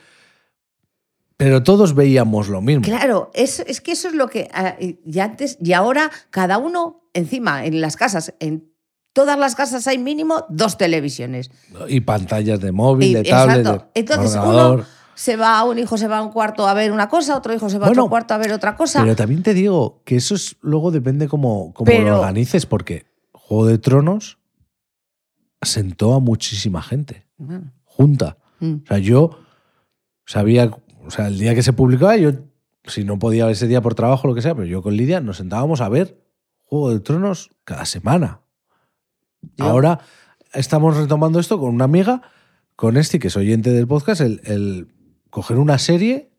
Speaker 2: Pero todos veíamos lo mismo.
Speaker 1: Claro, es, es que eso es lo que ah, y y antes y ahora cada uno encima en las casas, en todas las casas hay mínimo dos televisiones.
Speaker 2: Y pantallas de móvil,
Speaker 1: Y-
Speaker 2: de tablet,
Speaker 1: exacto.
Speaker 2: de
Speaker 1: Entonces
Speaker 2: ordenador.
Speaker 1: uno se va, un hijo se va a un cuarto a ver una cosa, otro hijo se va a
Speaker 2: Bueno,
Speaker 1: otro cuarto a ver otra cosa.
Speaker 2: Pero también te digo que eso es, luego depende cómo, cómo
Speaker 1: Pero-
Speaker 2: lo organices, porque Juego de Tronos sentó a muchísima gente
Speaker 1: Bueno,
Speaker 2: junta.
Speaker 1: mm,
Speaker 2: O sea, yo sabía, o sea, el día que se publicaba, yo, si no podía ese día por trabajo, lo que sea, pero yo con Lidia nos sentábamos a ver Juego de Tronos cada semana.
Speaker 1: Yo-
Speaker 2: Ahora estamos retomando esto con una amiga, con este que es oyente del podcast, el, el coger una serie,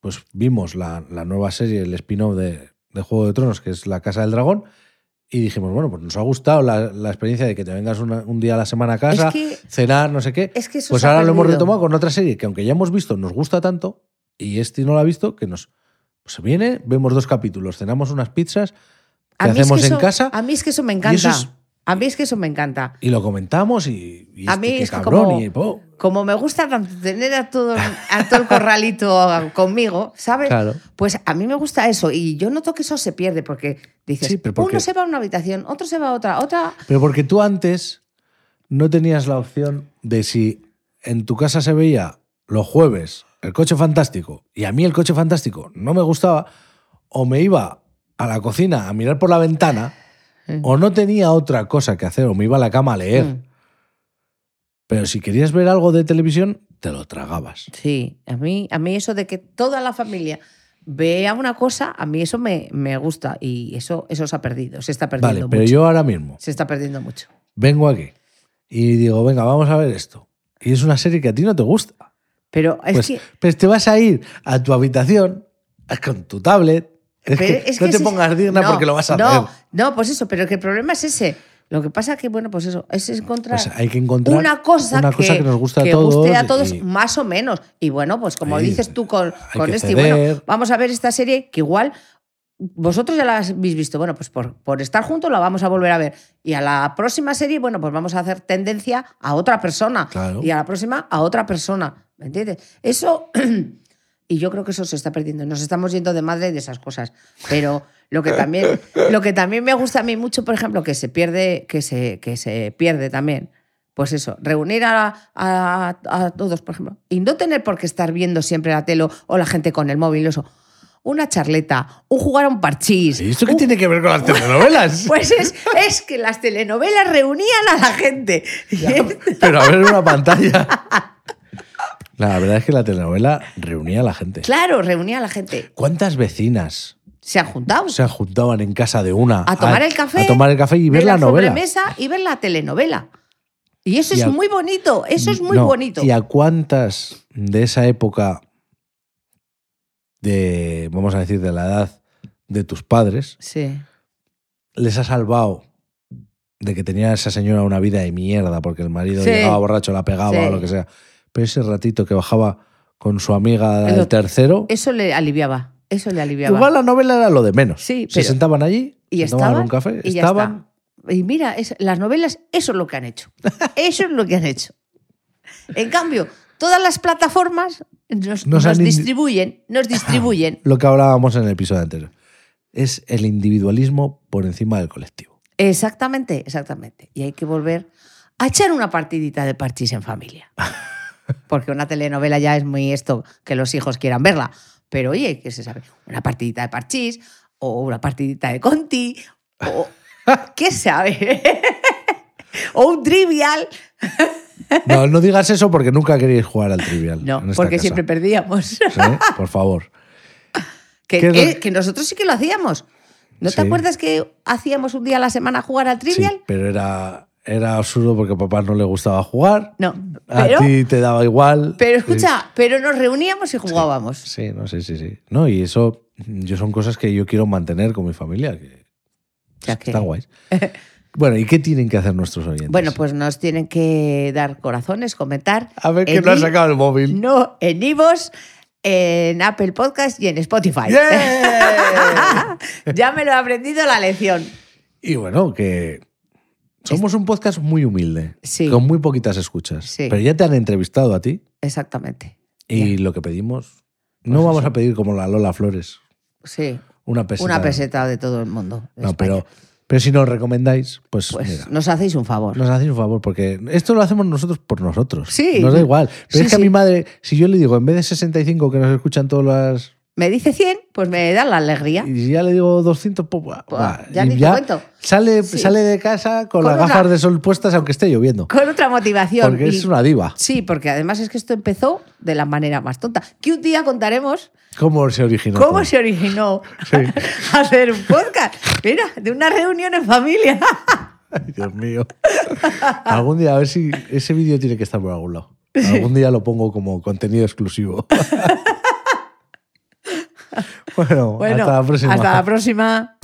Speaker 2: pues vimos la, la nueva serie, el spin-off de, de Juego de Tronos, que es La Casa del Dragón. Y dijimos, bueno, pues nos ha gustado la, la experiencia de que te vengas una- un día a la semana a casa,
Speaker 1: Es que,
Speaker 2: cenar, no sé qué.
Speaker 1: es que eso
Speaker 2: Pues
Speaker 1: se ha
Speaker 2: ahora lo hemos
Speaker 1: perdido.
Speaker 2: retomado con otra serie que aunque ya hemos visto, nos gusta tanto, y este no la ha visto, que nos pues se viene, vemos dos capítulos, cenamos unas pizzas,
Speaker 1: A mí es
Speaker 2: hacemos
Speaker 1: que
Speaker 2: en
Speaker 1: eso-
Speaker 2: casa,
Speaker 1: A mí es que eso me
Speaker 2: y
Speaker 1: encanta.
Speaker 2: eso es-
Speaker 1: A mí es que eso me encanta.
Speaker 2: y lo comentamos y, y
Speaker 1: A
Speaker 2: este,
Speaker 1: mí
Speaker 2: qué
Speaker 1: es que
Speaker 2: cabrón,
Speaker 1: como-
Speaker 2: y, po,
Speaker 1: Como me gusta tanto tener a todo, a todo el corralito conmigo, ¿sabes?
Speaker 2: claro.
Speaker 1: Pues a mí me gusta eso y yo noto que eso se pierde porque dices,
Speaker 2: Sí, pero porque-
Speaker 1: uno se va a una habitación, otro se va a otra, otra...
Speaker 2: Pero porque tú antes no tenías la opción de si en tu casa se veía los jueves el coche fantástico y a mí el coche fantástico no me gustaba, o me iba a la cocina a mirar por la ventana,
Speaker 1: Sí.
Speaker 2: o no tenía otra cosa que hacer, o me iba a la cama a leer.
Speaker 1: Mm,
Speaker 2: Pero si querías ver algo de televisión, te lo tragabas.
Speaker 1: Sí, a mí, a mí eso de que toda la familia vea una cosa, a mí eso me, me gusta y eso, eso se ha perdido, se está
Speaker 2: Vale,
Speaker 1: perdiendo
Speaker 2: pero
Speaker 1: mucho.
Speaker 2: yo ahora mismo
Speaker 1: Se está perdiendo mucho.
Speaker 2: vengo aquí y digo, venga, vamos a ver esto. Y es una serie que a ti no te gusta.
Speaker 1: Pero es
Speaker 2: Pues,
Speaker 1: que...
Speaker 2: pues te vas a ir a tu habitación con tu tablet, Es
Speaker 1: Pero
Speaker 2: que
Speaker 1: es
Speaker 2: no
Speaker 1: que
Speaker 2: te
Speaker 1: ese-
Speaker 2: pongas digna
Speaker 1: no,
Speaker 2: porque lo vas a
Speaker 1: no,
Speaker 2: hacer.
Speaker 1: No, pues eso, pero que el problema es ese. Lo que pasa que, bueno, pues eso, es encontrar
Speaker 2: Pues hay que encontrar
Speaker 1: una cosa,
Speaker 2: una cosa que nos guste a
Speaker 1: que guste
Speaker 2: todos
Speaker 1: a todos
Speaker 2: y-
Speaker 1: más o menos. Y bueno, pues como
Speaker 2: Ahí,
Speaker 1: dices tú con,
Speaker 2: hay
Speaker 1: con
Speaker 2: que
Speaker 1: este, bueno,
Speaker 2: ceder.
Speaker 1: vamos a ver esta serie que igual vosotros ya la habéis visto. Bueno, pues por, por estar juntos la vamos a volver a ver. Y a la próxima serie, bueno, pues vamos a hacer tendencia a otra persona.
Speaker 2: Claro.
Speaker 1: Y a la próxima a otra persona. ¿Me entiendes? Eso. Y yo creo que eso se está perdiendo. Nos estamos yendo de madre de esas cosas. Pero lo que también, lo que también me gusta a mí mucho, por ejemplo, que se pierde, que se, que se pierde también. Pues eso, reunir a, a- a todos, por ejemplo. Y no tener por qué estar viendo siempre la tele o la gente con el móvil, eso. Una charleta, un jugar a un parchís.
Speaker 2: ¿Y esto qué
Speaker 1: un-
Speaker 2: tiene que ver con las telenovelas?
Speaker 1: Pues es, es que las telenovelas reunían a la gente. Y es-
Speaker 2: Pero a ver una pantalla. La verdad es que la telenovela reunía a la gente.
Speaker 1: claro, reunía a la gente.
Speaker 2: ¿Cuántas vecinas
Speaker 1: Se han juntado.
Speaker 2: se juntaban en casa de una
Speaker 1: A tomar el café,
Speaker 2: a tomar el café y ver
Speaker 1: de
Speaker 2: la, novela?
Speaker 1: sobremesa y ver la telenovela. Y eso
Speaker 2: Y
Speaker 1: es
Speaker 2: a-
Speaker 1: muy bonito, eso es muy
Speaker 2: No,
Speaker 1: bonito.
Speaker 2: ¿Y a cuántas de esa época de, vamos a decir, de la edad de tus padres,
Speaker 1: Sí.
Speaker 2: les ha salvado de que tenía esa señora una vida de mierda porque el marido
Speaker 1: Sí.
Speaker 2: llegaba borracho, la pegaba
Speaker 1: Sí.
Speaker 2: o lo que sea? Pero ese ratito que bajaba con su amiga
Speaker 1: El
Speaker 2: el,
Speaker 1: otro-
Speaker 2: tercero,
Speaker 1: Eso le aliviaba, eso le aliviaba.
Speaker 2: igual la novela era lo de menos.
Speaker 1: Sí,
Speaker 2: Se
Speaker 1: pero-
Speaker 2: sentaban allí,
Speaker 1: y
Speaker 2: se tomaban
Speaker 1: estaban
Speaker 2: un café,
Speaker 1: y ya
Speaker 2: estaban...
Speaker 1: está. Y mira, es- las novelas, eso es lo que han hecho. Eso es lo que han hecho. En cambio, todas las plataformas nos,
Speaker 2: Nos
Speaker 1: nos
Speaker 2: han indi-
Speaker 1: distribuyen, nos distribuyen
Speaker 2: Lo que hablábamos en el episodio anterior. Es el individualismo por encima del colectivo.
Speaker 1: Exactamente, exactamente. Y hay que volver a echar una partidita de parchís en familia. Porque una telenovela ya es muy esto, que los hijos quieran verla. Pero oye, ¿qué se sabe? Una partidita de parchís o una partidita de Conti o... ¿Qué sabe? o un trivial.
Speaker 2: No, no digas eso porque nunca queréis jugar al trivial.
Speaker 1: No,
Speaker 2: en esta
Speaker 1: porque
Speaker 2: casa.
Speaker 1: siempre perdíamos.
Speaker 2: Sí, Por favor.
Speaker 1: que,
Speaker 2: ¿Qué es lo-
Speaker 1: eh, que nosotros sí que lo hacíamos. ¿No
Speaker 2: Sí.
Speaker 1: te acuerdas que hacíamos un día a la semana jugar al
Speaker 2: Sí,
Speaker 1: trivial?
Speaker 2: pero era, era absurdo porque a papá no le gustaba jugar.
Speaker 1: No.
Speaker 2: A
Speaker 1: Pero,
Speaker 2: ti te daba igual.
Speaker 1: pero
Speaker 2: Sí.
Speaker 1: escucha, pero nos reuníamos y jugábamos.
Speaker 2: Sí, no sé, sí, sí. No, y eso yo son cosas que yo quiero mantener con mi familia, que
Speaker 1: O sea que-
Speaker 2: están guays. Bueno, ¿y qué tienen que hacer nuestros oyentes?
Speaker 1: Bueno, pues nos tienen que dar corazones, comentar.
Speaker 2: A ver que
Speaker 1: en
Speaker 2: no ha
Speaker 1: i-
Speaker 2: sacado el móvil.
Speaker 1: No, en Ivos, en Apple Podcast y en Spotify. Ah,
Speaker 2: ¡Yeah!
Speaker 1: ya me lo he aprendido la lección.
Speaker 2: y bueno, que somos un podcast muy humilde,
Speaker 1: Sí.
Speaker 2: con muy poquitas escuchas.
Speaker 1: Sí.
Speaker 2: Pero ya te han entrevistado a ti.
Speaker 1: Exactamente.
Speaker 2: Y lo que pedimos, no vamos a pedir como la Lola Flores,
Speaker 1: Sí,
Speaker 2: una peseta.
Speaker 1: una peseta de todo el mundo. de
Speaker 2: No,
Speaker 1: España.
Speaker 2: pero, pero si nos recomendáis, pues,
Speaker 1: Pues
Speaker 2: mira,
Speaker 1: nos hacéis un favor.
Speaker 2: nos hacéis un favor, porque esto lo hacemos nosotros por nosotros.
Speaker 1: Sí.
Speaker 2: Nos da igual. Pero
Speaker 1: Sí,
Speaker 2: es que
Speaker 1: sí.
Speaker 2: a mi madre, si yo le digo, en vez de 65 que nos escuchan todas las...
Speaker 1: Me dice 100, pues me da la alegría.
Speaker 2: Y si ya le digo 200, pues... buah,
Speaker 1: Buah,
Speaker 2: buah,
Speaker 1: ya
Speaker 2: y
Speaker 1: ni te cuento.
Speaker 2: Sale,
Speaker 1: Sí.
Speaker 2: sale de casa con,
Speaker 1: Con
Speaker 2: las
Speaker 1: una-
Speaker 2: gafas de sol puestas aunque esté lloviendo.
Speaker 1: Con otra motivación.
Speaker 2: Porque
Speaker 1: Y-
Speaker 2: es una diva.
Speaker 1: Sí, porque además es que esto empezó de la manera más tonta. Que un día contaremos
Speaker 2: ¿Cómo se originó?
Speaker 1: ¿Cómo
Speaker 2: todo?
Speaker 1: se originó
Speaker 2: Sí.
Speaker 1: hacer un podcast? Mira, de una reunión en familia.
Speaker 2: Ay, Dios mío. Algún día, a ver si ese vídeo tiene que estar por algún lado. Algún día lo pongo como contenido exclusivo. bueno,
Speaker 1: Bueno,
Speaker 2: hasta la próxima.
Speaker 1: Hasta la próxima.